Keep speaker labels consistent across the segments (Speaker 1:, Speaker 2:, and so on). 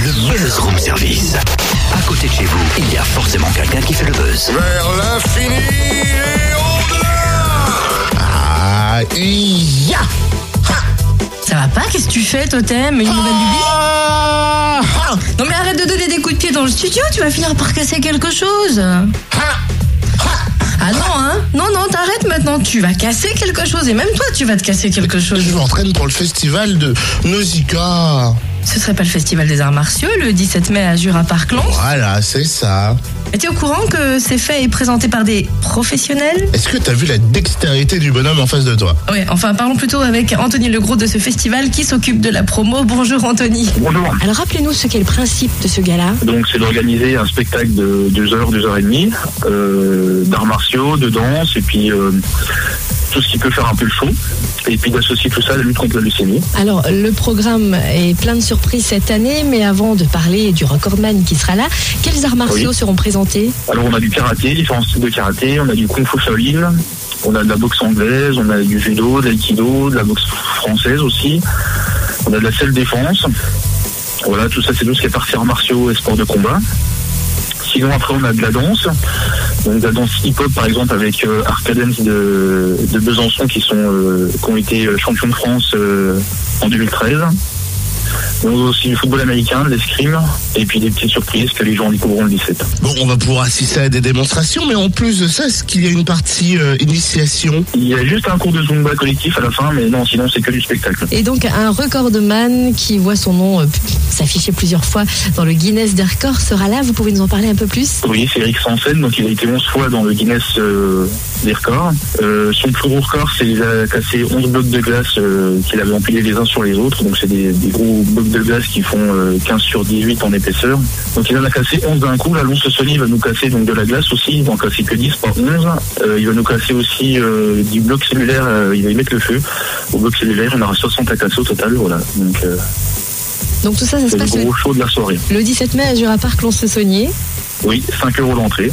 Speaker 1: Buzz Room Service. À côté de chez vous, il y a forcément quelqu'un qui fait le buzz.
Speaker 2: Vers l'infini et au-delà Ah, ya
Speaker 3: Ça va pas Qu'est-ce que tu fais, Totem Une nouvelle lubie
Speaker 2: Ah, ah,
Speaker 3: Oh. Non mais arrête de donner des coups de pied dans le studio, tu vas finir par casser quelque chose.
Speaker 2: ah.
Speaker 3: Ah non, hein Non, non, t'arrêtes maintenant, tu vas casser quelque chose et même toi, tu vas te casser quelque chose.
Speaker 2: Je m'entraîne pour le festival de Nausicaa.
Speaker 3: Ce serait pas le festival des arts martiaux le 17 mai à Jura Parclon
Speaker 2: Voilà, c'est ça.
Speaker 3: T'es au courant que c'est fait et présenté par des professionnels
Speaker 2: Est-ce que t'as vu la dextérité du bonhomme en face de toi
Speaker 3: Ouais, enfin parlons plutôt avec Anthony Legros de ce festival qui s'occupe de la promo. Bonjour Anthony.
Speaker 4: Bonjour.
Speaker 3: Alors rappelez-nous ce qu'est le principe de ce gala.
Speaker 4: Donc, c'est d'organiser un spectacle de 2 heures, 2 heures et demie, euh, d'arts martiaux, de danse, et puis euh, tout ce qui peut faire un peu le show. Et puis d'associer tout ça à la lutte contre la leucémie.
Speaker 5: Alors, le programme est plein de surprises cette année, mais avant de parler du recordman qui sera là, quels arts martiaux
Speaker 4: Oui.
Speaker 5: seront présentés
Speaker 4: Alors, on a du karaté, différents styles de karaté, on a du kung fu Shaolin, on a de la boxe anglaise, on a du judo, de l'aïkido, de la boxe française aussi, on a de la self-défense. Voilà, tout ça, c'est tout ce qui est partie arts martiaux et sport de combat. Sinon, après, on a de la danse. Donc, de la danse hip-hop, par exemple, avec euh, Arcadence de, de Besançon, qui, sont, euh, qui ont été euh, champions de France euh, en 2013. On a aussi du football américain, de l'escrime, et puis des petites surprises que les gens découvriront le 17.
Speaker 2: Bon, on va pouvoir assister à des démonstrations, mais en plus de ça, est-ce qu'il y a une partie euh, initiation
Speaker 4: Il y a juste un cours de Zumba collectif à la fin, mais non, sinon c'est que du spectacle.
Speaker 5: Et donc, un recordman qui voit son nom euh, s'afficher plusieurs fois dans le Guinness des records sera là. Vous pouvez nous en parler un peu plus
Speaker 4: Oui, c'est Eric Sansen, donc il a été 11 fois dans le Guinness euh, des records. Euh, son plus gros record, c'est qu'il a cassé 11 blocs de glace euh, qu'il avait empilés les uns sur les autres. Donc c'est des, des gros blocs de glace qui font euh, 15 sur 18 en épaisseur. Donc il en a cassé 11 d'un coup. Là, Lonce Sony va nous casser donc de la glace aussi. Il va en casser que 10, pas 11. Euh, il va nous casser aussi euh, du bloc cellulaire. euh, il va y mettre le feu. Au bloc cellulaire, on aura 60 à casser au total. Voilà. Donc euh,
Speaker 5: Donc, tout ça, ça se
Speaker 4: c'est le
Speaker 5: passe
Speaker 4: gros show de la soirée.
Speaker 5: le, le 17 mai à Jura Parc, se saunier
Speaker 4: Oui, 5 euros l'entrée.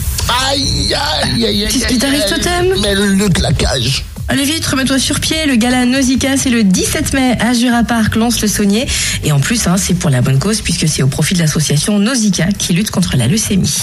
Speaker 2: Aïe, aïe, aïe, aïe.
Speaker 3: Qu'est-ce
Speaker 2: aïe,
Speaker 3: qui t'arrive,
Speaker 2: aïe.
Speaker 3: totem
Speaker 2: Mais le claquage.
Speaker 3: Allez vite, remets-toi sur pied. Le gala Nausicaa, c'est le 17 mai à Jura Park, Lons-le-Saunier. Et en plus, hein, c'est pour la bonne cause puisque c'est au profit de l'association Nausicaa qui lutte contre la leucémie.